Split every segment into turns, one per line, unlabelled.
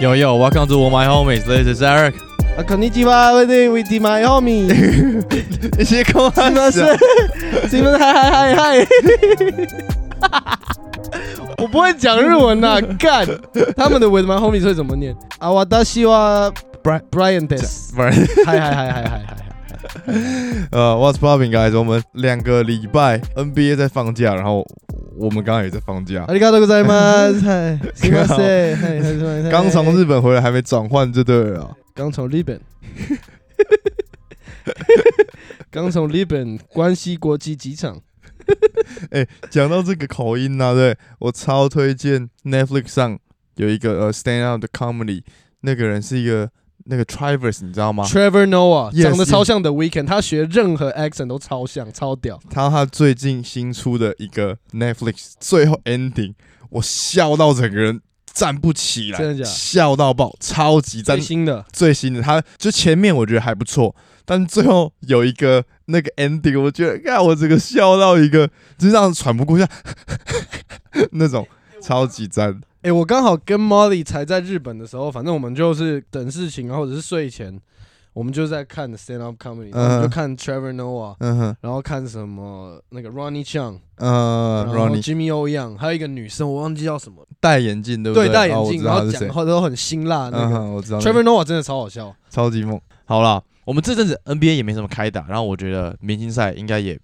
Yo yo, welcome to all my homies. This is Eric.
啊，こんにちは，with with my homie，
你先跟我
什么是？什么嗨嗨嗨嗨？ 我不会讲日文 呐、干！他们的 with my homie 会怎么念？啊，我达西哇 Brian Brian Des，
不是，
嗨嗨嗨嗨嗨嗨！
呃，What's popping, guys？我们两个礼拜 NBA 在放假，然后我们刚刚也在放假
阿，里嘎多ござい ます，嗨，すみません，嗨嗨嗨嗨
刚从日本回来，还没转换就对了啊。
刚从日 本，刚从日本关西国际机场，
讲到这个口音呢、啊，对我超推荐 Netflix 上有一个呃 Stand Out 的 comedy，那个人是一个那个 Travers，你知道吗？
Trevor Noah
Yes,
长得超
yes.
像 The Weeknd，他学任何 accent 都超像，超屌。
他他最近新出的一个 Netflix 最后 ending，我笑到整个人站不起来，
真的假的
笑到爆，超级赞
最。新的
最新的，他就前面我觉得还不错，但最后有一个那个 ending，我觉得看我这个笑到一个，就是让人喘不过气 那种，超级赞。
哎、我刚好跟 Molly 才在日本的时候，反正我们就是等事情啊，或者是睡前，我们就在看 stand up comedy，、
嗯
我们就看 Trevor Noah，
嗯哼，
然后看什么那个 Ronnie Chang，、
呃
然后
，Ronnie
Jimmy O Young，还有一个女生我忘记叫什么，
戴眼镜对不
对，戴
哦
眼
我
镜，
知道
然后
他是谁
讲。话都很辛辣的那
嗯
个。
哼，我知道那个
Trevor Noah 真的超好笑，
超级梦。好啦，我们这阵子 NBA 也没什么开打，然后我觉得明星赛应该也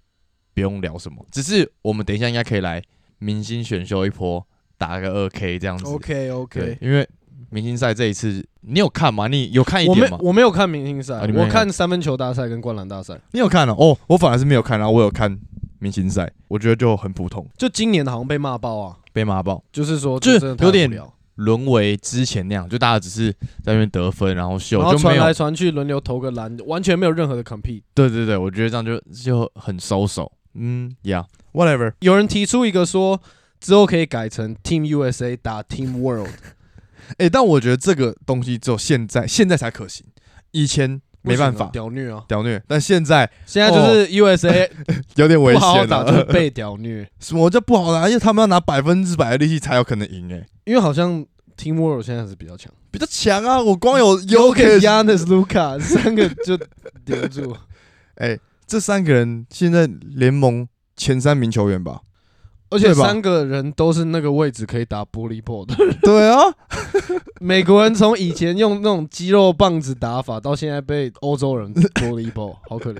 不用聊什么，只是我们等一下应该可以来明星选秀一波，打个二 K 这样子。
OK OK，
嗯对，因为明星赛这一次你有看吗？你有看一
我没
点吗？
我没有看明星赛，
啊你没有
我看三分球大赛跟灌篮大赛，啊
你有看了、哦？我反而是没有看，然后我有看明星赛，我觉得就很普通，
就今年好像被骂爆啊，
被骂爆，
就是说，
就是
真的太
有点
无聊
沦为之前那样，就大家只是在那边得分，然后秀
然后
就
传
没有
来。传去，轮流投个篮，完全没有任何的 compete。
对对对，我觉得这样就就很收手。嗯，Yeah，whatever。
有人提出一个说，之后可以改成 Team USA 打 Team World，
哎、但我觉得这个东西只有现在，现在才可行，以前 没办
不行啊
法
屌虐啊！
屌虐，但现在
现在就是 USA
有点 危
不好好
险啊
打
了。
就被屌虐，
什么叫不好打？因为他们要拿百分之百的力气才有可能赢，哎，
因为好像 Team World 现在是比较强。
比较强啊！我光有
o
u k
k Yanis、Luca 三个就顶 住。
哎、这三个人现在联盟前三名球员吧？
而且
对吧
三个人都是那个位置可以打玻璃破的。
对啊，
美国人从以前用那种肌肉棒子打法，到现在被欧洲人玻璃破， 好可怜。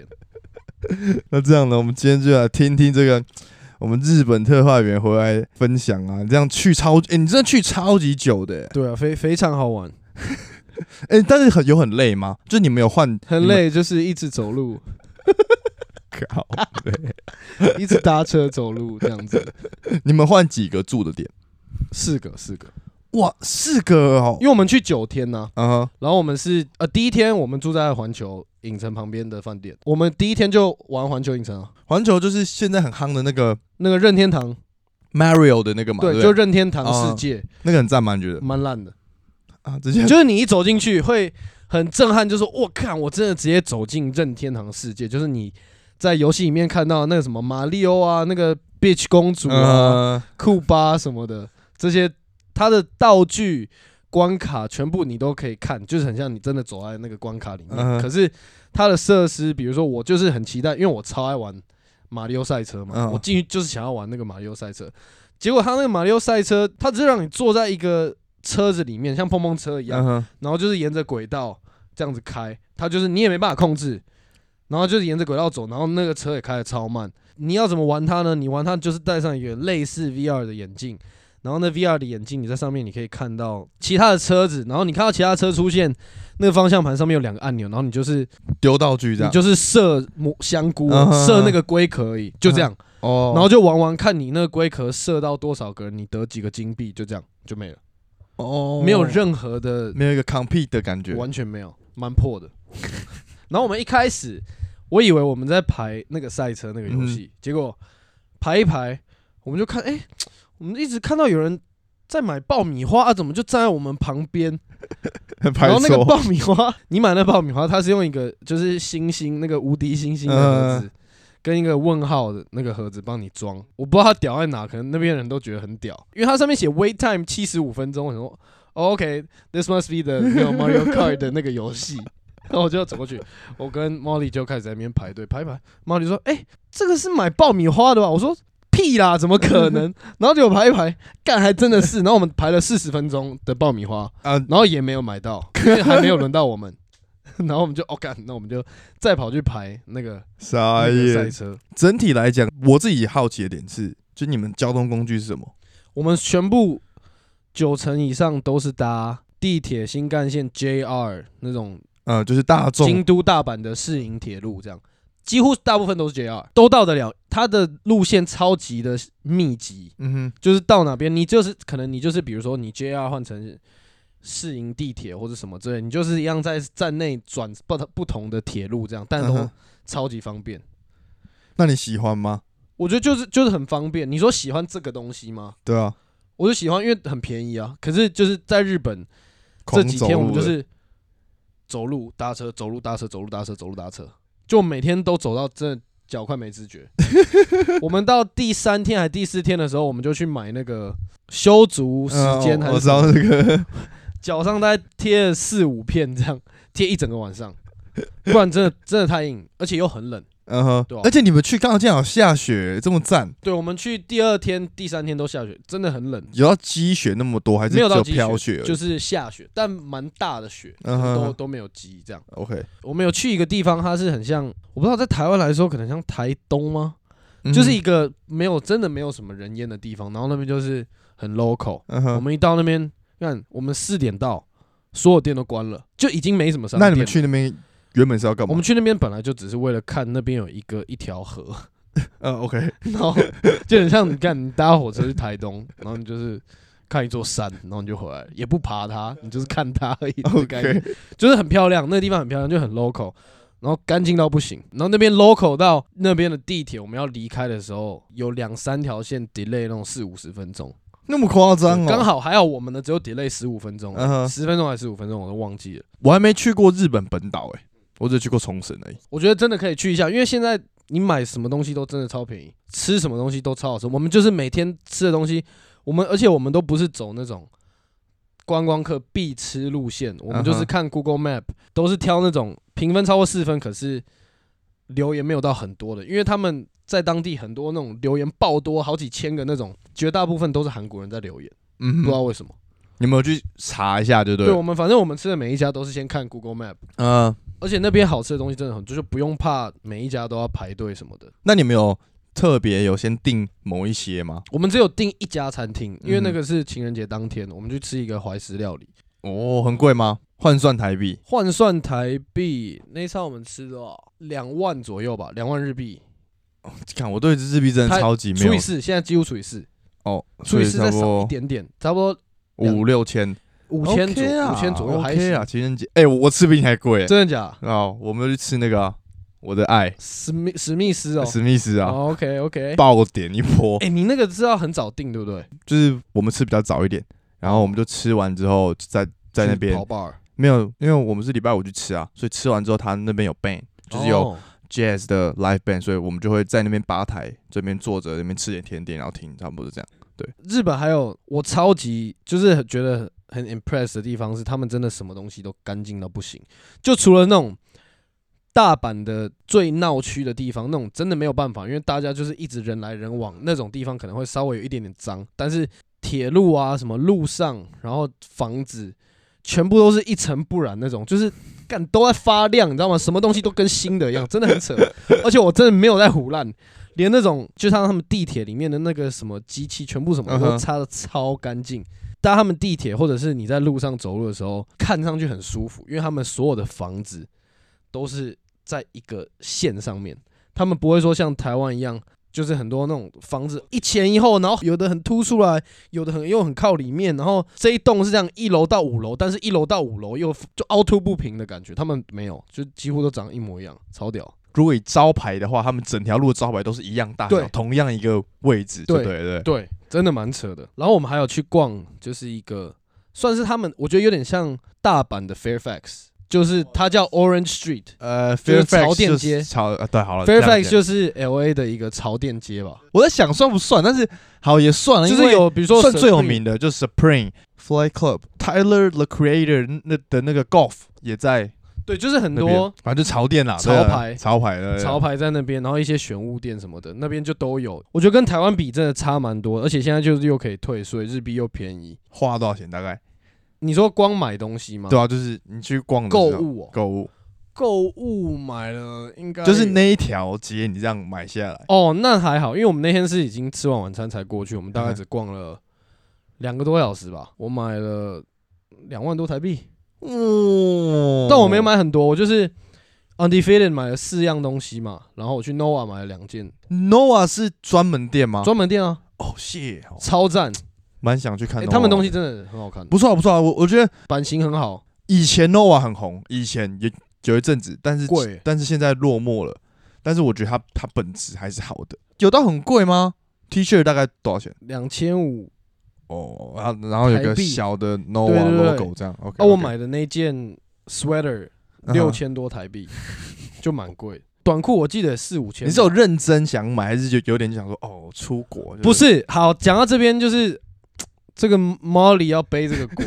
那这样呢，我们今天就来听听这个我们日本特派员回来分享啊，这样去超，哎、你真的去超级久的、欸，
对啊，非非常好玩，
哎、但是很有很累吗？就你们有换，
很累，就是一直走路，
你们，靠
一直搭车走路这样子。
你们换几个住的点？
四个，四个，
哦哇，四个哦
因，为我们去九天呐、
嗯哼，
然后我们是呃第一天我们住在环球影城旁边的饭店，我们第一天就玩环球影城啊，
环球就是现在很夯的那个
那个任天堂，
Mario 的那个嘛，对不对，
对，就嗯任天堂世界，
那个很赞吗？你觉得
蛮烂的，
啊？直接
就是你一走进去会很震撼，就是我看我真的直接走进任天堂世界，就是你在游戏里面看到那个什么马里奥啊，那个 bitch 公主啊，
嗯
库巴什么的这些，它的道具、关卡全部你都可以看，就是很像你真的走在那个关卡里面。
嗯哼
可是它的设施，比如说我就是很期待，因为我超爱玩马里奥赛车嘛，
嗯
我进去就是想要玩那个马里奥赛车。结果它那个马里奥赛车，它只是让你坐在一个车子里面，像碰碰车一样，
嗯哼，
然后就是沿着轨道这样子开，它就是你也没办法控制，然后就是沿着轨道走，然后那个车也开得超慢。你要怎么玩它呢？你玩它就是戴上一个类似 VR 的眼镜，然后那 VR 的眼镜你在上面你可以看到其他的车子，然后你看到其他车出现，那个方向盘上面有两个按钮，然后你就是
丢道具这
你
样，
就是射蘑香菇，
啊嗯哼
哦射那个龟壳而已，就这样，
哦，
然后就玩玩看你那个龟壳射到多少个，你得几个金币，就这样就没了，
哦，
没有任何的
没有一个 compete 的感觉，
完全没有，蛮破的。 然后我们一开始，我以为我们在排那个赛车那个游
嗯
戏，结果排一排，我们就看，哎、我们一直看到有人在买爆米花，啊，怎么就站在我们旁边？
排
然后那个
错，
爆米花， 你买那爆米花，它是用一个就是星星那个无敌星星的盒子。跟一个问号的那个盒子帮你装，我不知道它屌在哪，可能那边人都觉得很屌，因为它上面写 wait time 七十五分钟，我想说，OK，this、must be the 没有 Mario Kart 的那个游戏。 然后我就走过去，我跟 Molly 就开始在那边排队排一排。Molly 说：“哎、这个是买爆米花的吧？”我说：“屁啦，怎么可能？” 然后就排一排，干还真的是。然后我们排了四十分钟的爆米花，
啊，
然后也没有买到，因为还没有轮到我们。 然后我们就哦干，那我们就再跑去排那个那
傻
个赛
眼。
车。
整体来讲，我自己好奇的点是，就你们交通工具是什么？
我们全部九成以上都是搭地铁、新干线、JR 那种
呃，就是大众
京都、大阪的市营铁路这样，几乎大部分都是 JR，都到得了。它的路线超级的密集，
嗯
就是到哪边你就是可能你就是比如说你 JR 换成市营地铁或者什么之类，你就是一样在站内转不同不同的铁路这样，但
嗯
都
哼
超级方便。
哼，那你喜欢吗？
我觉得就是就是很方便。你说喜欢这个东西吗？
对啊，
我就喜欢，因为很便宜啊。可是就是在日本，这
狂
几
走
天我们
路
就
的
是走路搭车，走路搭车，走路搭车，走路搭车，就每天都走到真的脚快没 知觉。我们到第三天还第四天的时候，我们就去买那个修足时间，
嗯
还
我
是
知
什么
道那个
脚上大概贴了四五片这样， 贴一整个晚上，不 然真的真的太硬，而且又很冷。
嗯哼
对啊，
而且你们去刚好正好下雪，这么赞，
对，我们去第二天、第三天都下雪，真的很冷，
有到积雪那么多，还是
没有
只
到
有
积
飘雪而已？
就是下雪，但蛮大的雪，
嗯哼
都都没有积这样。
OK，
我们有去一个地方，它是很像，我不知道在台湾来说，可能像台东吗？
嗯
就是一个没有真的没有什么人烟的地方，然后那边就是很 local。
嗯
我
哼，
们一到那边，看我们四点到，所有店都关了，就已经没什么商
那
店。
你们？去那边原本是要干嘛？
我们去那边本来就只是为了看那边有一个一条河，
呃 OK，
然后就很像你看你搭火车去台东， 然后你就是看一座山，然后你就回来了，也不爬它，你就是看 它而已。这个概念
OK，
就是很漂亮，那个地方很漂亮，就很 local，然后干净到不行。然后那边 local 到那边的地铁，我们要离开的时候，有两三条线 delay 那种四五十分钟，
那么夸张哦，
刚好还好我们的只有 delay 十五分钟
嗯哼，
十分钟还是十五分钟我都忘记了。
我还没去过日本本岛哎、我只去过冲绳而已。
我觉得真的可以去一下，因为现在你买什么东西都真的超便宜，吃什么东西都超好吃。我们就是每天吃的东西，我们而且我们都不是走那种观光客必吃路线，我们就
嗯
是
哼
看 Google Map，都是挑那种评分超过四分，可是留言没有到很多的，因为他们在当地很多那种留言爆多好几千个那种，绝大部分都是韩国人在留言，
嗯
不知道
哼，
为什么。
你们有去查一下，对不
啊对啊
对？
我们，反正我们吃的每一家都是先看 Google Map，
嗯、
而且那边好吃的东西真的很多，就是不用怕每一家都要排队什么的。
那你们有特别有先订某一些吗？
我们只有订一家餐厅，因为
嗯
那个是情人节当天，我们去吃一个怀石料理，
哦，很贵吗？换算台币
换算台币那一餐我们吃了两万左右吧，两万日币
看我对日币真的
它
超级没
除
有
以四，现在几乎除以四，
哦，
除
以
以四
差
再
不
少一
多
点点，差不多
五六千，
五千左
OK 啊
五千左右还
OK
行
啊。情人节，哎、我我吃比你还贵、欸。
真的假？
哦，我们就去吃那个啊、我的爱
史密史密斯哦
史密斯啊，
，OK OK，
爆点一波。
哎，你那个是要很早订对不对？
就是我们吃比较早一点，然后我们就吃完之后在在那
去
边
跑 bar，
没有，因为我们是礼拜五去吃啊，所以吃完之后他那边有 band，就是有
哦
jazz 的 live band，所以我们就会在那边吧台这边坐着，那边吃点甜点，然后听，差不多是这样。
日本还有我超级就是很觉得很 impress 的地方是，他们真的什么东西都干净到不行，就除了那种大阪的最闹区的地方，那种真的没有办法，因为大家就是一直人来人往，那种地方可能会稍微有一点点脏，但是铁路啊什么路上，然后房子全部都是一尘不染那种，就是。干都在发亮，你知道吗？什么东西都跟新的一样，真的很扯。 而且我真的没有在胡乱，连那种就像他们地铁里面的那个什么机器，全部什么
嗯
都
哼
擦的超干净。搭他们地铁或者是你在路上走路的时候，看上去很舒服，因为他们所有的房子都是在一个线上面，他们不会说像台湾一样，就是很多那种房子一前一后，然后有的很凸出来，有的很又很靠里面，然后这一栋是这样一楼到五楼，但是一楼到五楼又就凹凸不平的感觉，他们没有，就几乎都长得一模一样，超屌。
如果以招牌的话，他们整条路的招牌都是一样大
对
小，同样一个位置，
对
对对对。
对，真的蛮扯的。然后我们还有去逛，就是一个算是他们，我觉得有点像大阪的 Fairfax，就是它叫 Orange Street
呃
就是
，Fairfax
潮店
就是
街
潮啊，对，好了
Fairfax
了解
就是 L A 的一个潮店街吧，
我在想算不算，但是好也算了，
就
因
是
为
有比如说
算最有
Supreme
名的就是 Supreme、Fly Club、Tyler the Creator 那的那个 Golf 也在
对，就是很
那边
多，
反正就潮店啦，
潮
对啊
牌
潮牌的
潮。牌在那边，然后一些玄物店什么的，那边就都有。我觉得跟台湾比真的差蛮多，而且现在就是又可以退税，日币又便宜。
花多少钱大概？
你说光买东西吗？
对啊，就是你去逛的时
购
候
物哎哦，
购物
购物买了应该
就是那一条街，你这样买下来，
哦，那还好，因为我们那天是已经吃完晚餐才过去，我们大概
嗯
只逛了两个多小时吧。我买了两万多台币，
嗯，
哦但我没有买很多，我就是 Undefeated 买了四样东西嘛，然后我去 Nova 买了两件，
Nova 是专门店吗？
专门店啊，
哦，谢，哦
超赞！
蛮想去看
哎，
Nova
他们东西真的很好看，
不错啊不错啊，我我觉得
版型很好，
以前 Nova 很红，以前也有一阵子，但是
贵
但是现在落寞了。但是我觉得它它本质还是好的，有到很贵吗？T 恤大概多少钱？
两千五。
哦，然后然后有
台
个
币
小的
对
Nova
对对
logo 这样。OK，
哦，我买的那件 sweater 六。
嗯哼
千多台币，就 蛮贵。短裤我记得四五千吧，
你是有认真想买，还是就有点想说哦出国？就
不是，好，讲到这边就是这个 Molly 要背这个锅，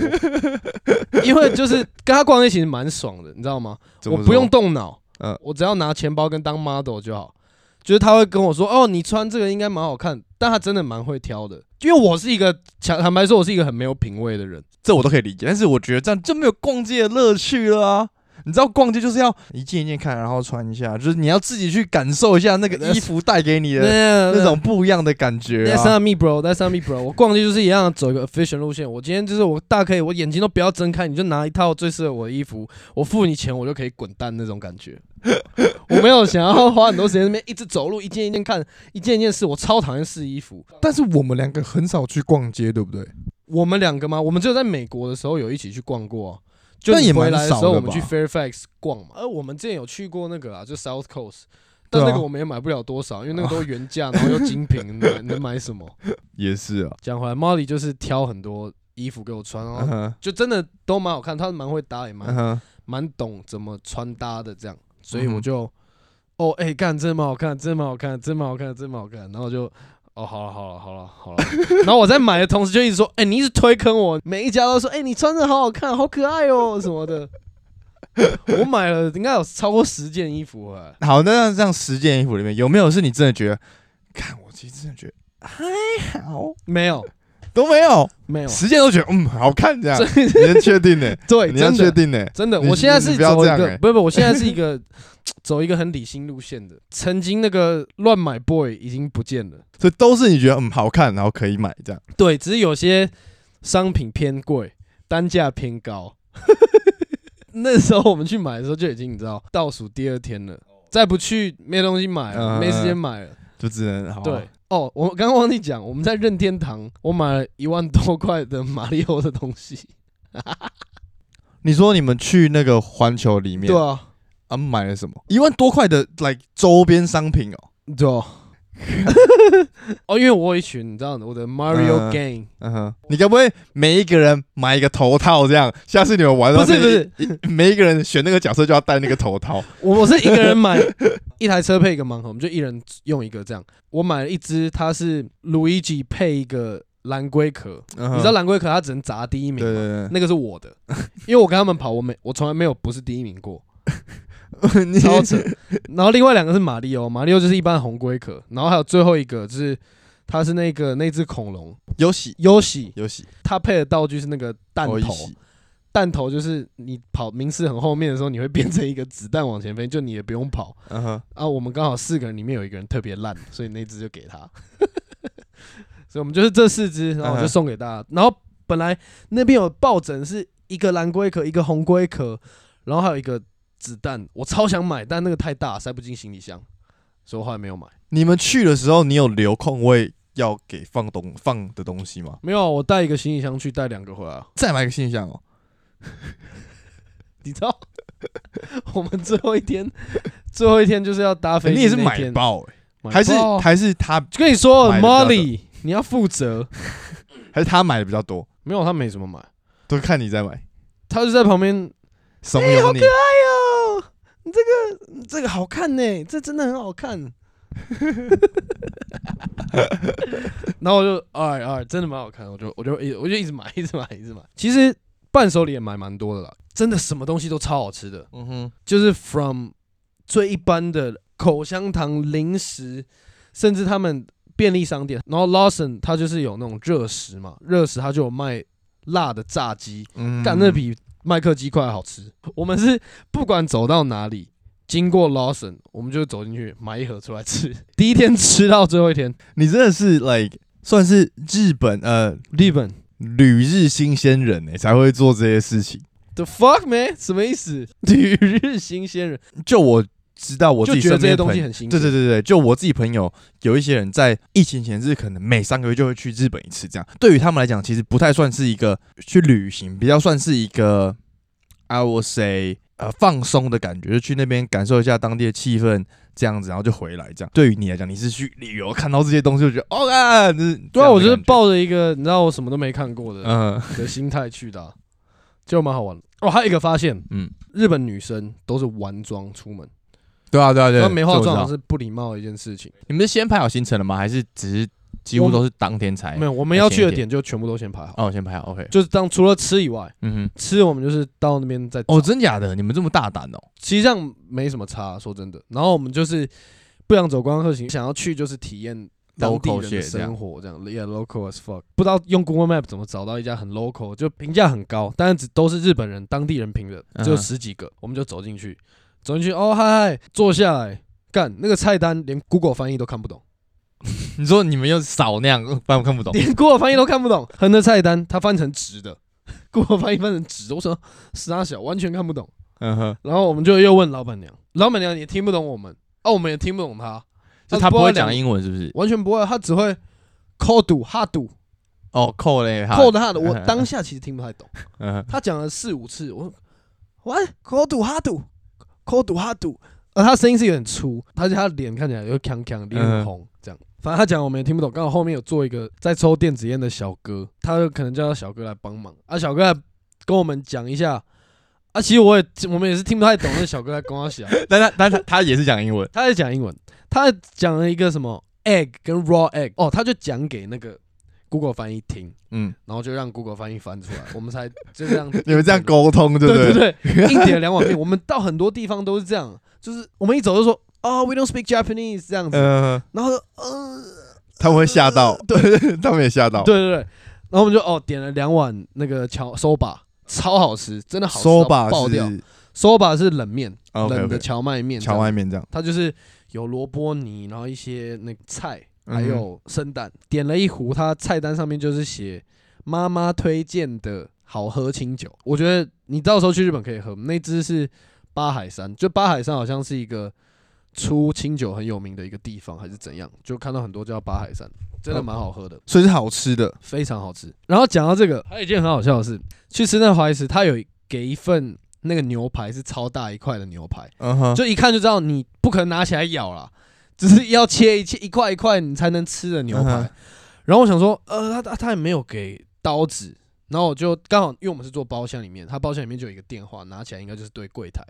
因为就是跟他逛街其实蛮爽的，你知道吗？
怎
我
么
不
说
用动脑，
嗯
我只要拿钱包跟当 model 就好。就是他会跟我说：“哦，你穿这个应该蛮好看。”但他真的蛮会挑的，因为我是一个坦坦白说，我是一个很没有品味的人。
这我都可以理解，但是我觉得这样就没有逛街的乐趣了啊！你知道逛街就是要一件一件看，然后穿一下，就是你要自己去感受一下那个衣服带给你的那
呃那
种不一样的感觉、
That's
啊。
not me, bro. That's not me, bro. 我逛街就是一样走一个 efficient 路线。我今天就是我大可以，我眼睛都不要睁开，你就拿一套最适合我的衣服，我付你钱，我就可以滚蛋那种感 觉。我没有想要花很多时间在那边一直走路，一件一件看，一件一件试。我超讨厌试衣服。
但是我们两个很少去逛街，对不对？
我们两个吗？我们只有在美国的时候有一起去逛过、啊。就
但
你
也
回
蛮
来的
少
时候，
的
我们
吧
去 Fairfax 逛嘛。而我们之前有去过那个啊，就 South Coast，
对
但
啊
那个我们也买不了多少，因为那个都原价，然后又精品，能能买什么？
也是啊，
讲回来，Molly 就是挑很多衣服给我穿，然
嗯
后
哼，
就真的都蛮好看，她蛮会搭，也
嗯
蛮
哼，
蛮懂怎么穿搭的这样，所以
嗯哼
我就，哦，哎，干，真的蛮好看，真的蛮好看，真的蛮好看，真的蛮好看，然后就。哦，好了，好了，好了，好了。然后我在买的同时就一直说：“哎、你一直推坑我，每一家都说：‘哎、你穿的好好看，好可爱哦、 什么的。’我买了应该有超过十件衣服回来，
好，那这样十件衣服里面有没有是你真的觉得？看，我其实真的觉得还好，
没有，
都没有，啊
没有，
十件都觉得嗯好看这样。
真
你要确定呢、
对，
你要
真的
确定呢、
真的，
你
我现在是
你不要
走一
这样
个，
欸
不是不是，我现在是一个 走一个很理性路线的。曾经那个乱买 boy 已经不见了，
所以都是你觉得嗯好看，然后可以买这样。
对，只是有些商品偏贵，单价偏高。 那时候我们去买的时候就已经你知道倒数第二天了，再不去没东西买了，
嗯
没时间买了。
就只能好啊好
对，哦，我刚刚忘记讲，我们在任天堂，我买了一万多块的马里奥的东西。
你说你们去那个环球里面，
对啊，
啊，买了什么？一万多块的 like 周边商品哦。
对啊。 哦，因为我有一群你知道的，我的
嗯
Mario Game，、
嗯哼，你该不会每一个人买一个头套这样？下次你们玩到
不是
那
不是，
一 每一个人选那个角色就要戴那个头套。
我我是一个人买一台车配一个盲盒，我们就一人用一个这样。我买了一只，它是 Luigi 配一个蓝龟壳，
你
你知道？蓝龟壳它只能砸第一名
对
嘛，
嗯对
那个是我的，因为我跟他们跑，我没我从来没有不是第一名过，
对， 你
超扯。然后另外两个是马里奥，马里奥就是一般的红龟壳，然后还有最后一个就是它是那个那只恐龙
游戏
优喜，
游戏
它配的道具是那个弹
哦游
头。
戏
弹头就是你跑名次很后面的时候，你会变成一个子弹往前飞，就你也不用跑，
嗯哼，
啊，我们刚好四个人里面有一个人特别烂，所以那只就给他。 所以我们就是这四只，然后我
嗯
就
哼
送给大家。然后本来那边有抱枕是一个蓝龟壳，一个红龟壳，然后还有一个子弹，我超想买，但那个太大，塞不进行李箱，所以我后来没有买。
你们去的时候，你有留空位要给放东放的东西吗？
没有啊，我带一个行李箱去，带两个回来啊。
再买一个现象哦。
你知道， 我们最后一天，最后一天就是要搭飞
欸
机、
你也是买，爆哎，
买
还是
爆啊
还是他
就跟你说
买得到的
，Molly，你要负责。
还是他买的比较多？
没有，他没怎么买。
都看你在买。
他就在旁边
怂恿你，
哎呦，你这个你这个好看呢、这真的很好看。 然后我就二二真的蛮好看的，我就我就一我就一直买，一直买，一直买。其实伴手礼也买蛮多的啦，真的什么东西都超好吃的，
嗯哼，
就是 from 最一般的口香糖、零食，甚至他们便利商店，然后 Lawson 它就是有那种热食嘛，热食它就有卖辣的炸鸡，
嗯
干那比麦克鸡块好吃。我们是不管走到哪里，经过 Lawson，我们就走进去买一盒出来吃。 第一天吃到最后一天，
你真的是 like 算是日本呃
日本
旅日新鲜人哎、才会做这些事情。
the fuck man 什么意思？旅日新鲜人
就我知道我自
就
己
觉得
身
这
边的
些东
朋
西
友，
很新鲜，
对对对对，就我自己朋友有一些人在疫情前是可能每三个月就会去日本一次，这样对于他们来讲，其实不太算是一个去旅行，比较算是一个 I would say 呃放松的感觉，就去那边感受一下当地的气氛。这样子，然后就回来。这样对于你来讲，你是去旅游，看到这些东西就觉得，哦啊，就是
对啊，我就是
是
抱着一个你知道我什么都没看过的
嗯
的心态去的啊、就蛮好玩的。哦，还有一个发现，
嗯，
日本女生都是完妆出门，
对啊对啊对啊，
她没化
这我知
妆好
道
像是不礼貌的一件事情。
你们是先排好行程了吗？还是只是几乎都是当天才？
没
有
有，我们要去的
哎前一
点就全部都先排好，
哦，先排好，OK。
就是当除了吃以外，
嗯哼，
吃我们就是到那边再
哦，
找
真假的？你们这么大胆哦？
其实这样没什么差，说真的。然后我们就是不想走观光客行，想要去就是体验当地
Local
人的
shit 这样
生活，这样 yeah local as fuck。不知道用 Google Map 怎么找到一家很 local，就评价很高，但是只都是日本人当地人评的，
嗯哼
只有十几个，我们就走进去，走进去哦嗨，嗨，坐下来干那个菜单，连 Google 翻译都看不懂，
你说你们又少那样，反正看不懂。
连 Google 翻译都看不懂，横的菜单它翻成直的。Google 翻译翻成直的，我说傻小，完全看不懂。
嗯哼，
然后我们就又问老板娘，老板娘也听不懂我们，哦、我们也听不懂她，
就他不会讲
英，
英文是不是？
完全不会，她只会 call 赌哈赌
哦，扣嘞，哈
call 的哈的，我
嗯
当下其实听不太懂，
嗯哼
她讲了四五次，我喂 call 赌哈赌 call 赌哈赌，呃，她声音是有点粗，而且她脸看起来又康康，脸很红，这样。反正她讲我们也听不懂，刚好后面有做一个在抽电子烟的小哥，他就可能叫他小哥来帮忙啊，小哥来跟我们讲一下啊，其实我也我们也是听不太懂，那小哥在跟我讲，
但他但他他也是讲英文。
他在讲英文，他讲了一个什么 egg 跟 raw egg，哦，他就讲给那个 Google 翻译听，
嗯，。
然后就让 Google 翻译翻 出来，我们才就这样
你们这样沟通对不对？
对
嗯
对对，一点两碗面，我们到很多地方都是这样，就是我们一走就说哦、w e don't speak Japanese 这样子，
嗯哼，
然后说呃，
他们会吓到，对， 他们也吓到。
对对对，然后我们就哦点了两碗那个荞手把，超好吃，真的好吃
说
到
吧
爆掉。
是
手把是冷面，冷的
，OK，
荞麦面这样，
墙外面这样，
它就是有萝卜泥，然后一些那个菜，
嗯哼
还有生蛋。点了一壶，它菜单上面就是写妈妈推荐的好喝清酒。我觉得你到时候去日本可以喝，那支是八海山，就八海山好像是一个出清酒很有名的一个地方，还是怎样？就看到很多叫八海山，真的蛮好喝的。
所以是好吃的。
非常 好吃。然后讲到这个，还有一件很好笑的事，去吃那个怀石，他有给一份那个牛排是超大一块的牛排，
嗯哼，
就一看就知道你不可能拿起来咬啦， 只是要切一切一块一块你才能吃的牛排。
嗯哼
然后我想说，呃，他他他也没有给刀子，然后我就刚好因为我们是做包厢里面，他包厢里面就有一个电话，拿起来应该就是对柜台，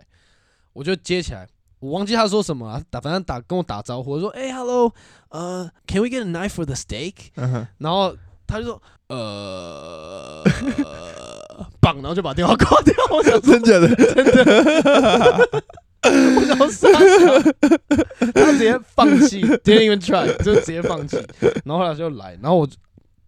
我就接起来。我忘记他说什么了，打反正打跟我打招呼，我说：“哎、h e l l o 呃、c a n we get a knife for the steak？”
嗯哼，
然后他就说呃，棒，然后就把电话挂掉。我想
真假的？
我想傻笑， 他直接放弃，didn't even try，就直接放弃。然后后来就来，然后我就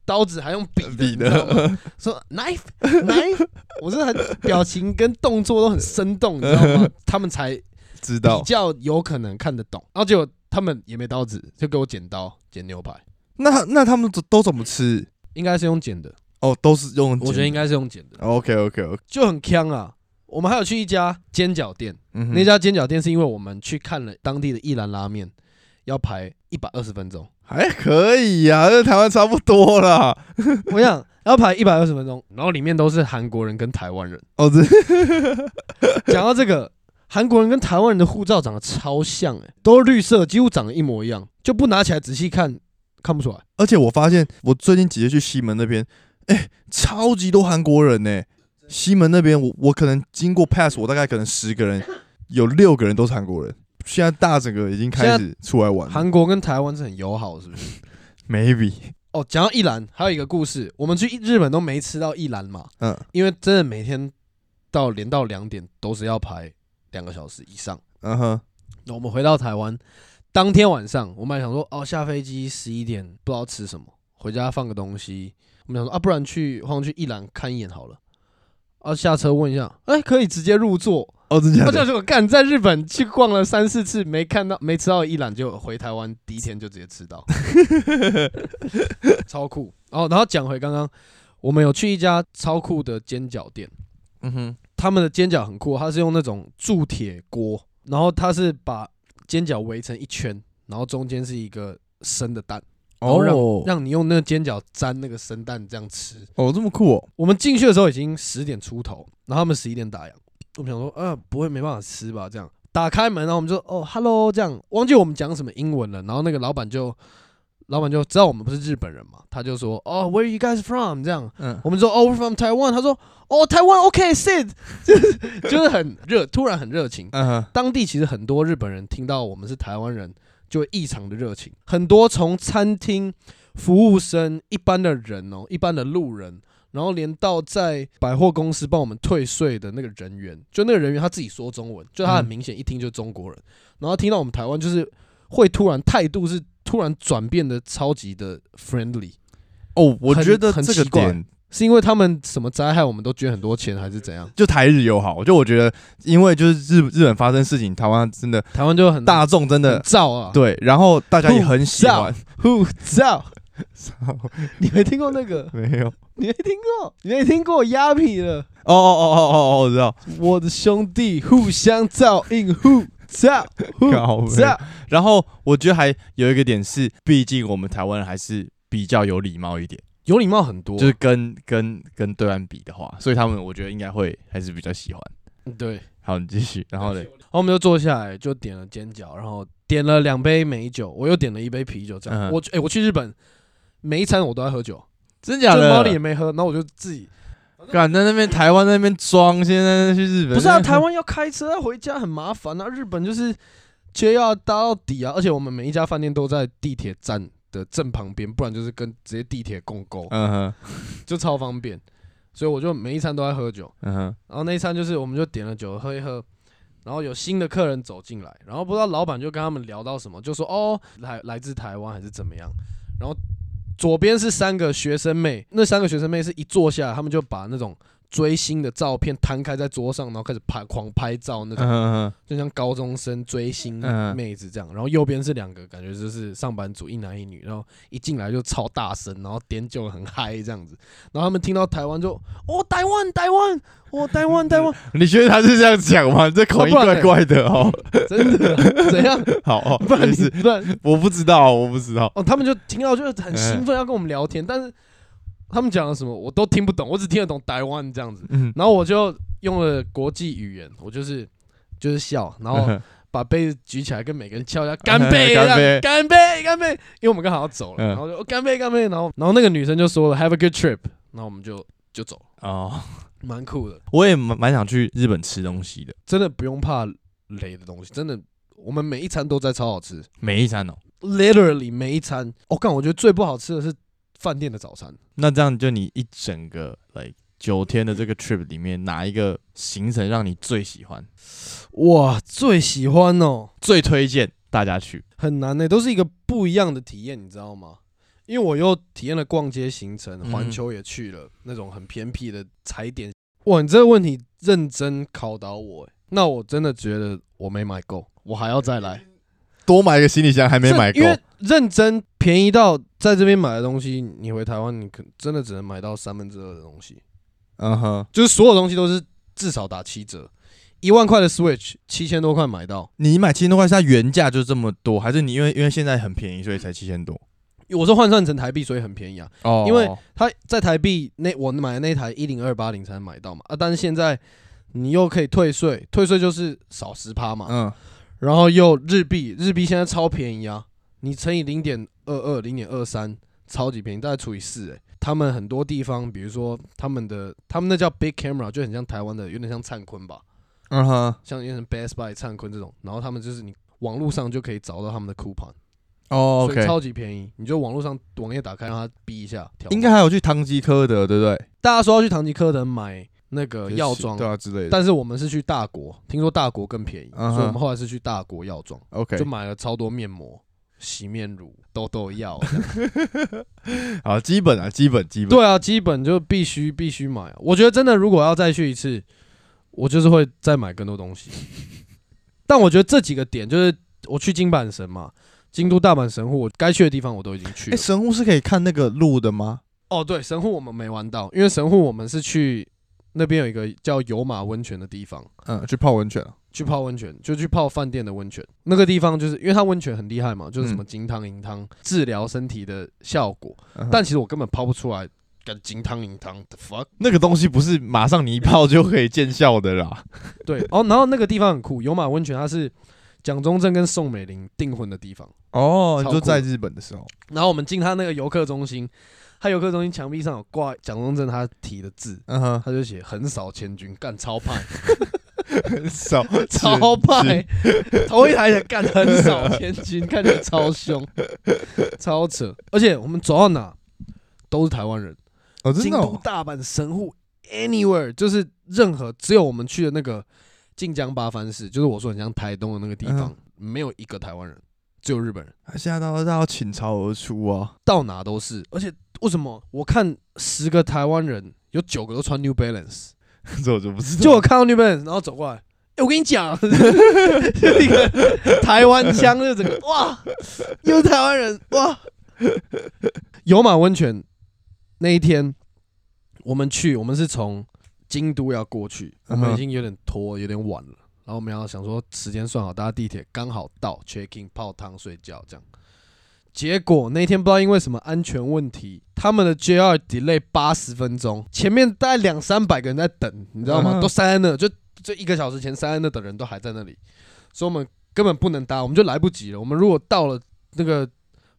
刀子还用笔的，
比
你知道吗
的，
说 knife knife，我真的很表情跟动作都很生动，你知道 吗？他们才
知道
比。较有可能看得懂。然后结果他们也没刀子，就给我剪刀剪牛排，
那那他们都都怎么吃？
应该是用剪的，
哦，都是用
我觉得应该是用剪的。
OK OK OK，
就很坑啊。我们还有去一家煎饺店，
嗯哼
那家煎饺店是因为我们去看了当地的一兰拉面，要排一百二十分钟。
还哎可以呀、跟台湾差不多啦。
我想要排一百二十分钟，然后里面都是韩国人跟台湾人。
哦，这
讲到这个，韩国人跟台湾人的护照长得超像、欸，都绿色，几乎长得一模一样，就不拿起来仔细看，看不出来。
而且我发现我最近几次去西门那边，哎、超级多韩国人呢、西门那边，我我可能经过 pass，我大概可能十个人，有六个人都是韩国人。现在大整个已经开始出来玩了
韩国跟台湾是很友好，是不是？
，maybe，
哦，讲到一兰，还有一个故事，我们去日本都没吃到一兰嘛，
嗯
因为真的每天到连到两点都是要排两个小时以上。
嗯哼，
那我们回到台湾，当天晚上我们还想说，哦，下飞机十一点不知道吃什么，回家放个东西。我们想说啊，不然去晃去一兰看一眼好了。啊，下车问一下，哎、可以直接入座。
哦，真的
啊，
假
这
的？
样结果干在日本去逛了三四次，没看到没吃到一兰，就回台湾第一天就直接吃到，超酷。哦，然后讲回刚刚，我们有去一家超酷的煎饺店，
嗯哼，
他们的煎饺很酷，它是用那种铸铁锅，然后它是把煎饺围成一圈，然后中间是一个生的蛋，然后让、
哦，
让你用那个煎饺沾那个生蛋这样吃。
哦，这么酷哦，
我们进去的时候已经十点出头，然后他们十一点打烊，我们想说，呃，不会没办法吃吧？这样打开门，然后我们就哦，hello，这样忘记我们讲什么英文了，然后那个老板就。老板就知道我们不是日本人嘛，他就说哦、w h e r e you guys from？这样，
嗯，
我们说哦，we're from Taiwan。他说哦，台湾 OK，sit，、就是就是很热，突然很热情。
嗯哼，
当地其实很多日本人听到我们是台湾人，就会异常的热情。很多从餐厅、服务生、一般的人哦，一般的路人，然后连到在百货公司帮我们退税的那个人员，就那个人员他自己说中文，就他很
嗯
明显一听就是中国人，然后听到我们台湾就是会突然态度是突然转变的超级的 friendly。
哦，我
很
觉得
很
这个
奇怪
点
是因为他们什么灾害，我们都捐很多钱，还是怎样？
就台日友好，就我觉得，因为就是日日本发生事情，台湾真的
台湾就很
大众真
很
的
燥啊，
对，然后大家也很喜 欢，
护照，你没听过那个？
没有，
你没听过？你没听过鸦皮了？
哦哦哦哦哦哦，我知道，
我的兄弟互相照应，护照， 护
靠背
照，
嗯啊然后我觉得还有一个点是，毕竟我们台湾人还是比较有礼貌一点，
有礼貌很多，
就是跟跟跟对岸比的话，所以他们我觉得应该会还是比较喜欢。
对。
好，你继 续，然后嘞，
然后我们就坐下来，就点了煎饺，然后点了两杯美酒，我又点了一杯啤酒，这样。
嗯
我哎、我去日本，每一餐我都在喝酒，
真
就
假
猫里也没喝，然后我就自己
敢在那边台湾那边装，现在去日本
不是啊，台湾要开车要回家很麻烦啊，日本就是就要搭到底啊，而且我们每一家饭店都在地铁站的正旁边，不然就是跟直接地铁共构，
嗯哼
就超方便。所以我就每一餐都在喝酒，
嗯哼
然后那一餐就是我们就点了酒喝一喝，然后有新的客人走进来，然后不知道老板就跟他们聊到什么，就说哦来来自台湾还是怎么样，然后左边是三个学生妹，那三个学生妹是一坐下来，他们就把那种追星的照片摊开在桌上，然后开始拍狂拍照那
嗯
种，
哼
就像高中生追星
嗯
妹子这样。然后右边是两个感觉就是上班族一男一女，然后一进来就超大声，然后点酒很嗨这样子，然后他们听到台湾就哦台湾台湾哦 台湾台湾。
嗯，你觉得他是这样讲吗？这口音
啊不然
怪怪
嘞
的哦。
真的怎样？
好哦，
不然
没
你
事，
不然
我不知道，我不知道。
哦，他们就听到就是很兴奋，要跟我们聊天，但是他们讲了什么我都听不懂，我只听得懂台湾这样子。
嗯，
然后我就用了国际语言，我就是就是笑，然后把杯子举起来跟每个人敲一下干杯，
干
这
杯
样干杯，干杯，因为我们刚好要走了，
嗯
然后就哦干杯干杯，然后然后那个女生就说了 Have a good trip，然后我们就就走了，
哦，
蛮酷的，
我也蛮蛮想去日本吃东西的，
真的不用怕雷的东西，真的我们每一餐都在超好吃。
每一餐哦。
literally 每一餐，我、哦、干，我觉得最不好吃的是饭店的早餐。
那这样就你一整个 like 九天的这个 trip 里面，哪一个行程让你最喜欢、
哇，最喜欢哦，
最推荐大家去？
很难呢、欸都是一个不一样的体验，你知道吗？因为我又体验了逛街行程，
嗯
环球也去了，那种很偏僻的踩点。哇，你这个问题认真考倒我、欸，那我真的觉得我没买够，我还要再来。
多买一个行李箱还没
这
买够
因，为认真便宜到在这边买的东西，你回台湾你可真的只能买到三分之二的东西。
嗯哼，
就是所有东西都是至少打七折，一万块的 Switch 七千多块买到。
你买七千多块，是它原价就这么多，还是你因为因为现在很便宜，所以才七千多？
我是换算成台币，所以很便宜啊。
哦
因为它在台币那我买的那台一零二八零才能买到嘛啊，但是现在你又可以退税，退税就是少十趴嘛，
嗯
然后又日币，日币现在超便宜啊，你乘以零点二二、零点二三，超级便宜，大概除以四哎。他们很多地方，比如说他们的他们那叫 big camera，就很像台湾的，有点像灿坤吧，
嗯哼，
像有点 Best Buy、灿坤这种。然后他们就是你网络上就可以找到他们的 coupon，、
哦
所以
，OK，
超级便宜。你就网络上网页打开，让它逼一下。调
应该还有去唐吉诃德，对不对？
大家说要去唐吉诃德买那个
就是
药妆，
对啊之类的。
但是我们是去大国，听说大国更便宜，
嗯哼
所以我们后来是去大国药妆，
OK，
就买了超多面膜、洗面乳、痘痘 药。这样
好，基本啊，基本基本。
对啊，基本就必须必须买、啊。我觉得真的，如果要再去一次，我就是会再买更多东 西。但我觉得这几个点就是我去金板神嘛，京都、大阪神户，我该去的地方我都已经
哎，
去了。
神户是可以看那个路的吗？
哦，对，神户我们没玩到，因为神户我们是去那边有一个叫有马温泉的地方。
嗯，去泡温泉啊。
去泡温泉，就去泡饭店的温泉。那个地方就是因为它温泉很厉害嘛，就是什么金汤银汤治疗身体的效果。
嗯嗯哼
但其实我根本泡不出来，干金汤银汤的 fuck。
那个东西不是马上你一泡就可以见效的啦。
对， 哦，然后那个地方很酷，有马温泉，它是蒋中正跟宋美龄订婚的地方。
哦，你
超
说
酷
在日本的时候，
然后我们进他那个游客中心，他游客中心墙壁上有挂蒋中正他题的字，
嗯哼，
他就写横扫千军，干超派，
很少，
超派， 头一台的干很少 千金，看起来超凶，超扯。而且我们走到哪都是台湾人，
哦，真
京
的
都
哦、、
大阪、神户，anywhere 就是任何只有我们去的那个晋江八幡市，就是我说很像台东的那个地
嗯
方，没有一个台湾人，只有日本人，
现在大家要倾巢而出啊！
到哪都是。而且为什么我看十个台湾人有九个都穿 New Balance？
这我就不知道。
就我看到那边，然后走过来，哎、我跟你讲，就是一个台湾腔，就整个哇，又是台湾人哇。有马温泉那一天，我们去，我们是从京都要过去，我
嗯
们
哼
已经有点拖，有点晚了。然后我们要想说时间算好，搭地铁刚好到，check in 泡汤睡觉这样。结果那天不知道因为什么安全问题，他们的 JR delay 八十分钟，前面大概两三百个人在等，你知道吗？
嗯
都塞在那，就就一个小时前塞在那的人都还在那里，所以我们根本不能搭，我们就来不及了。我们如果到了那个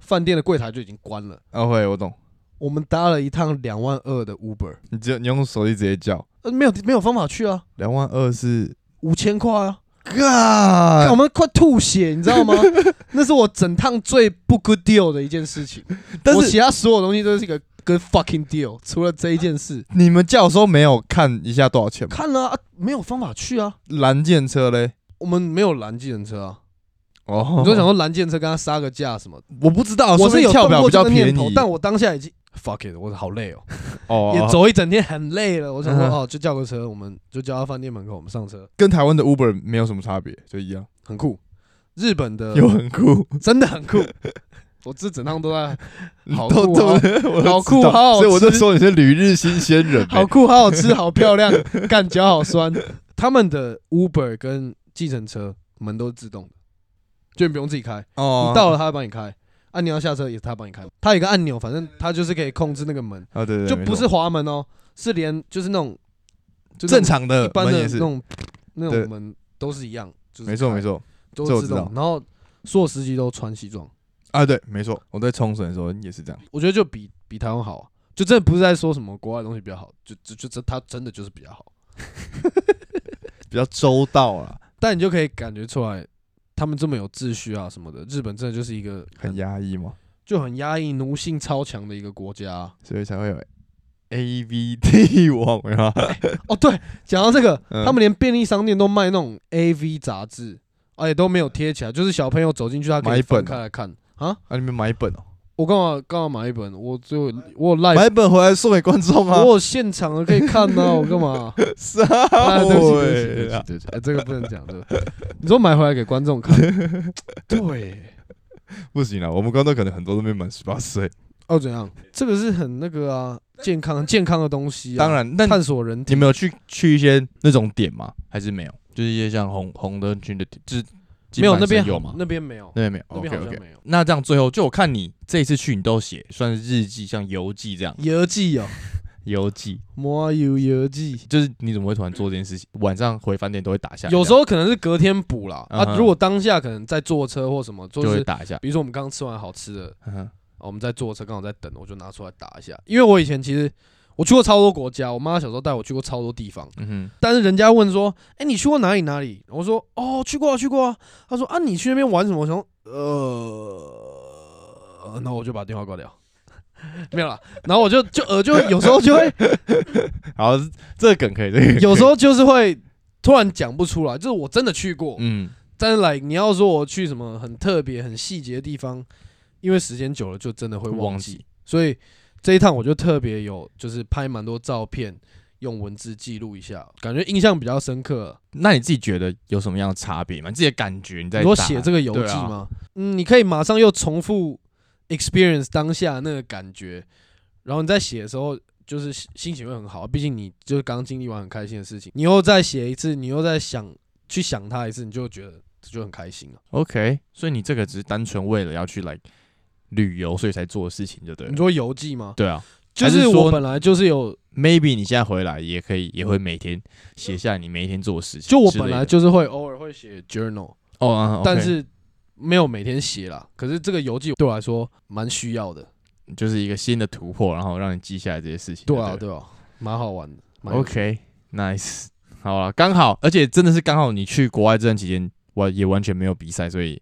饭店的柜台就已经关了，
OK，我懂。哦
我们搭了一趟两万二的 Uber，
你只有你用手机直接叫，
呃，没有没有方法去啊，
两万二是
五千块啊，干我
干，
们快吐血，你知道吗？那是我整趟最不 good deal 的一件事情。
但
我
是
其他所有东西都是一个 good fucking deal，除了这一件事，
你们叫的时候没有看一下多少钱吗？
看了、啊、没有方法去啊。
蓝电车嘞？
我们没有拦计程车啊，
哦
你就想说拦计程车跟他杀个价什么？
我不知道，
我哦是有
跳表
动过
比较
这个
便
念头
宜，，
但我当下已经 fuck it，我好累哦，
哦，
也走一整天很累了。我想说
嗯哼
哦，就叫个车，我们就叫到饭店门口，我们上车，
跟台湾的 Uber 没有什么差别，就一 样，
很酷。日本的
又很酷，
真的很酷，我这整趟都在好酷
都
好
都 我都
好酷
知道
好好
所以我就
吃
说你是旅日新鲜人呗，欸
好酷，好好吃，好漂亮， 干脚好酸。他们的 Uber 跟计程车门都是自动的，就你不用自己开，
哦
你到了他会帮你开，啊，你要下车也是他帮你开，他有一个按钮，反正他就是可以控制那个门，
啊，对对，
就
没
不
错
是滑门哦，是连就是那种就那种
正常的
一般
门
的
也
那
是，
种那
对
种门都是一样，就是
没错
开
没，错
都
这我
是自
知
动
道。
然后所有司机都穿西装，
啊，对，没错，我在冲绳的时候也是这样，
我觉得就比比台湾好啊，就真的不是在说什么国外的东西比较好，就就就这它真的就是比较好。
比较周到啊，
但你就可以感觉出来，他们这么有秩序啊什么的，日本真的就是一个
很压抑嘛，
就很压抑、奴性超强的一个国家啊、
所以才会有 A V T 网啊，
哦，对，讲到这个，
嗯
他们连便利商店都卖那种 A V 杂志，而且都没有贴起来，就是小朋友走进去，他可
买
以
一本
翻开来看啊。
啊，你们买一本哦，
我干嘛干嘛买一本？我就我有 live，
买一本回来送给观众啊
哎我，有现场的可以看 呢、我干嘛？
啥
啊，对不起，对不起，对
味
不起
啊，
对不起，哎这个不能讲，这个你说买回来给观众看， 对。
不行了，我们观众可能很多都没满十八岁，
哦，怎样？这个是很那个啊，健康健康的东西、啊，
当然，但
探索人体。
你们有去去一些那种点吗？还是没有？就是一些像红红灯区的点，就是基
没有
本
那
上
边
有
好
吗？哦
那边没有，
那边没有。
那边
OK
好像
OK。
没有。
那这样最后，就我看你这一次去，你都写算是日记，像游记这样。
游记哦，
游记
摩游游记，
就是你怎么会突然做这件事情？晚上回饭店都会打下来这样，
有时候可能是隔天补啦。
嗯
啊，
哼
如果当下可能在坐车或什么，就
就会
是
打一下。
比如说我们刚刚吃完好吃的，
嗯哼
哦我们在坐车，刚好在等，我就拿出来打一下。因为我以前其实我去过超多国家，我妈小时候带我去过超多地方，
嗯
但是人家问说，哎、你去过哪里哪里？我说哦，去过啊，去过啊。他说啊，你去那边玩什么？我想说呃，那我就把电话挂掉。 没有啦，然后我就就呃，就有时候就会，
哼，好，这个梗可以，这个梗
有时候就是会突然讲不出来，就是我真的去过，
嗯，
但是 like 你要说我去什么很特别、很细节的地方，因为时间久了就真的会忘
忘
记。
记
所以这一趟我就特别有，就是拍蛮多照片，用文字记录一下，感觉印象比较深刻。
那你自己觉得有什么样的差别吗？你自己的感觉你在
你说
打
写这个游
对
记
啊
吗？嗯，你可以马上又重复 experience 当下那个感觉，然后你在写的时候。就是心心情会很好，毕竟你就是刚经历完很开心的事情，你又再写一次，你又再想去想它一次，你就觉得这就很开心了。
OK，所以你这个只是单纯为了要去来旅游，所以才做的事情，就对了
你。说游记吗？
对啊
就
还是
是我
说
本来就是有，
，maybe 你现在回来也可以，也会每天写下你每一天做的事情之
嗯就
类的。
我本来就是会偶尔会写 journal，
哦啊，OK，
但是没有每天写啦。可是这个游记对我来说蛮需要的，
就是一个新的突破，然后让你记下来这些事情就
对
了。
啊，对啊，蛮好玩的。蛮有趣
OK，Nice，、好了，刚好，而且真的是刚好你去国外这段期间，我也完全没有比赛，所以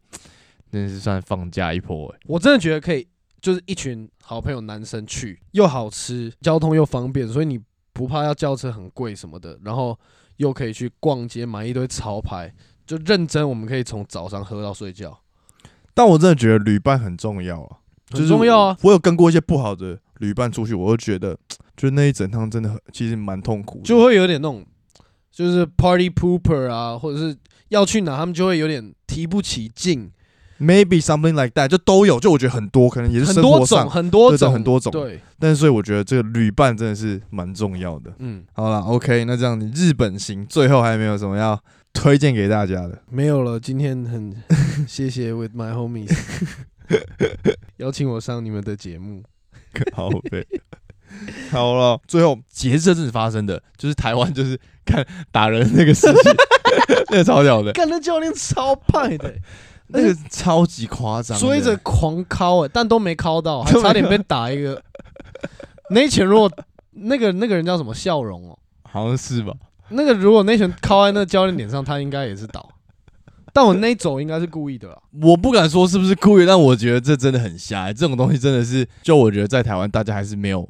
真的是算放假一波、欸。
我真的觉得可以，就是一群好朋友男生去，又好吃，交通又方便，所以你不怕要叫车很贵什么的，然后又可以去逛街买一堆潮牌，就认真我们可以从早上喝到睡觉，
但我真的觉得旅伴很重要啊，
很重要啊。
我有跟过一些不好的旅伴出去，我就觉得，就那一整趟真的很其实蛮痛苦的
就会有点那种，就是 party pooper 啊，或者是要去哪，他们就会有点提不起劲，
maybe something like that，就都有，就我觉得很多，可能也是
很
生
多
活
种，啊
上，
很多
对对
种，
很多种
对，
但是所以我觉得这个旅伴真的是蛮重要的。
嗯，
好了，OK，那这样你日本行最后还有没有什么要推荐给大 家的？
没有了。今天很谢谢 with my homies 邀请我上你们的节目，
好呗。好了，最后截至这阵子发生的，就是台湾就是看打人那个事 情，那个超屌的，
干那教练超 派的、
那个超级夸张的，
追着狂敲哎、但都没敲到，还
都没
差点被打 一个。那一拳如果那个那个人叫什么笑容哦，
好像是吧？
那个如果那拳敲在那教练脸上，他应该也是倒。但我那一走应该是故意的啊啦。
我不敢说是不是故意，但我觉得这真的很瞎、这种东西真的是，就我觉得在台湾大家还是没有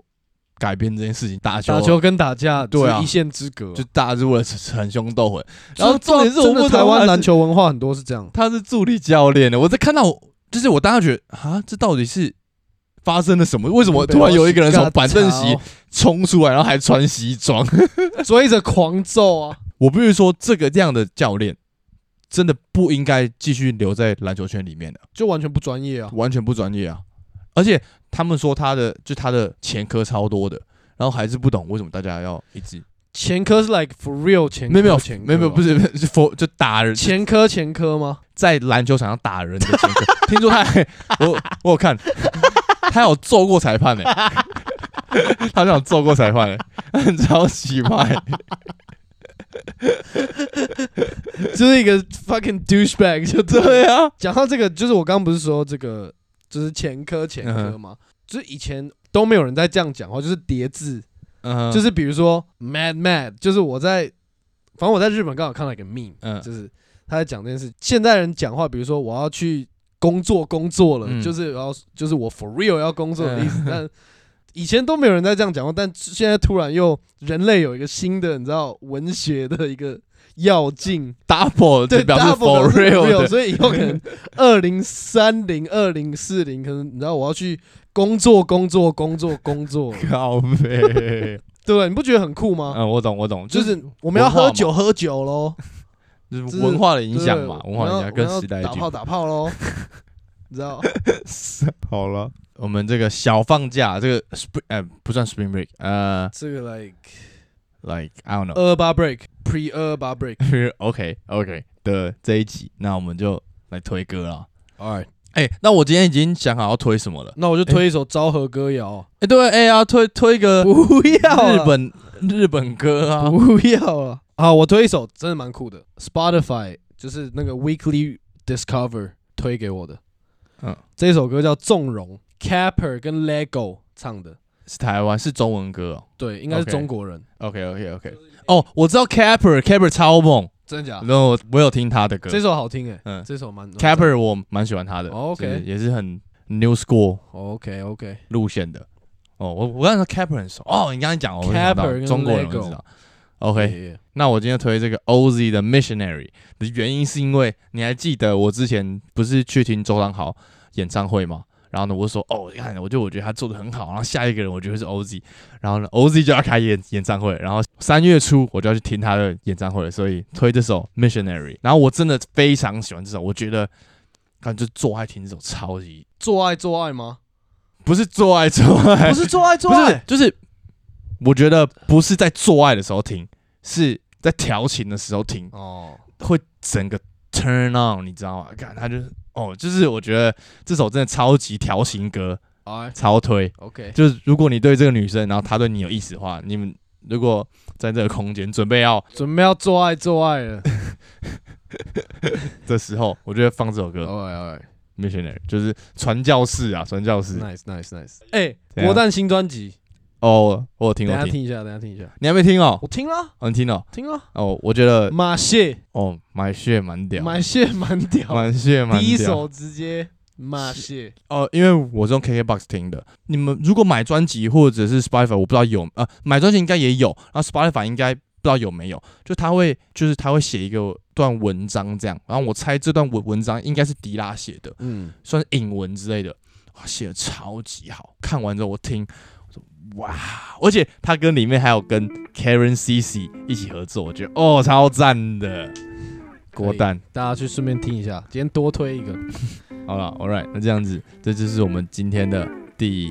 改变这件事情，打球
打球跟打架
对啊
是一线之隔啊。
就大家是为了逞凶斗狠，然后重点是我
真的
不
台
懂他
湾
是
篮球文化很多是这样，
他是助理教练欸的，我在看到我就是我当时觉得啊，这到底是发生了什么？为什 么突然有一个人从板凳席冲出来，然后还穿西装？
追着狂揍啊！
我必须说，这个这样的教练真的不应该继续留在篮球圈里面的，
就完全不专业啊。
完全不专业啊！而且他们说他的就他的前科超多的，然后还是不懂为什么大家要一直
前科是 like for real 前科，
没有没有
前科啊
没有没有不是不是是 for 就打人
前科前科 吗？
在篮球场上打人的前科。 听说他还，我我有看，他有揍过裁判呢、欸 他好像有揍过裁判、欸，超奇葩、欸。
就是一个 fucking douchebag 就对。
对啊，
讲到这个，就是我刚刚不是说这个就是前科前科
嗯
吗？就是以前都没有人在这样讲话，就是叠字，
嗯，
就是是比如说 mad mad，就是我在，反正我在日本刚好看到一个 meme，
嗯
就是他在讲这件事。现代人讲话，比如说我要去工作，工作了，
嗯
就是我要就是我 for real 要工作的意思。但以前都没有人在这样讲话，但现在突然又人类有一个新的，你知道文学的一个 要劲，
double，
对，
表示
double
for
表示
real 的。
所以以后可 能二零三零、二零四零，可能你知道我要去工作、工作、工作、工作，
靠 背，
对不对？你不觉得很酷吗？
嗯，我懂，我懂，就
就是是我们要
文化
喝
嘛
酒，喝酒喽。
就是文化的影响嘛，
对
文化
我
影
们要
响跟
我们要
时代的
打
进
炮
步。
打炮喽， 你知道？
好了，我们这个小放假，这个 spring 呃不算 spring break，呃
这个 like
like I don't know，
二八 break pre 二八 break。
OK OK 的这一集，那我们就来推歌了。
Alright，
哎、那我今天已经想好要推什么了。
那我就推一首昭和歌谣。
哎、对，哎、呀，推推一个
不啊
日
了，
本日本歌啊。
不要了。啊，我推一首真的蛮酷的，Spotify 就是那个 Weekly Discover 推给我的。
嗯
这首歌叫《纵容》 Capper 跟 Lego 唱的，
是台湾是中文歌哦。
对，应该是
OK
中国人
OK OK OK，哦，我知道 Capper，Capper 超猛，
真的假的？
然后我我有听他的歌
这首好听哎、
嗯
这首蛮
，Capper 我蛮喜欢他的
哦，OK
就是也是很 New School
OK OK，
路线的。哦，我我刚才说 Capper 很熟，哦，你刚才讲我就想到
Capper 跟
中国人我
Lego
就知道。OK，
耶
那我今天推这个 OZ 的 Missionary 的原因是因为你还记得我之前不是去听周汤豪演唱会吗？然后呢，我就说哦，你看，我就我觉得他做的很好。然后下一个人我觉得是 OZ，然后呢，OZ 就要开演演唱会，然后三月初我就要去听他的演唱会了，所以推这首 Missionary。然后我真的非常喜欢这首，我觉得看就做爱听这首超级
做爱做爱吗？
不是做爱做爱，
哎不是做爱做
不是
爱，
就是我觉得不是在做爱的时候听，是在调情的时候听。
哦，
会整个 turn on，你知道吗？看他就是哦，就是我觉得这首真的超级调情歌，
哎
超推。
OK，
就是如果你对这个女生，然后她对你有意思的话，你们如果在这个空间准备要
准备要做爱做爱 了。
的时候，我就会放这首
哦
歌《
Alright,
Missionary》，就是传教士啊，传教士。
alright, nice, nice, nice。哎，
怎样
国蛋新专辑，
哦，我有听，
等
我
一
有听，
下听一下，等一下听一下。
你还没听哦？
我听了，
哦，你听哦。
听啊了。
哦，我觉得
马蟹，
哦，买血蛮屌，
马蟹蛮屌，
蛮血蛮屌。
第一首直接马蟹。
哦，因为我是用 KKBOX 听的。你们如果买专辑或者是 Spotify，我不知道有呃，买专辑应该也有，然后 Spotify 应该不知道有没有。就他会，就是他会写一个段文章这样，然后我猜这段文文章应该是迪拉写的，
嗯，
算是引文之类的，哇写的超级好。看完之后我听，我说哇，而且他跟里面还有跟 Karen CC 一起合作，我觉得哦超赞的。
可
郭
以
蛋，
大家去顺便听一下，今天多推一个。
好了，All right，那这样子，这就是我们今天的第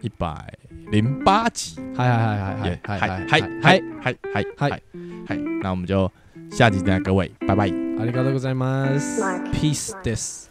一百零八集，
嗨嗨
耶
嗨嗨嗨嗨
嗨
嗨
嗨，
嗨
嗨嗨
嗨
嗨嗨嗨，那我们就下集见，各位，拜拜。
ありがとうございます
はい。
Peace です。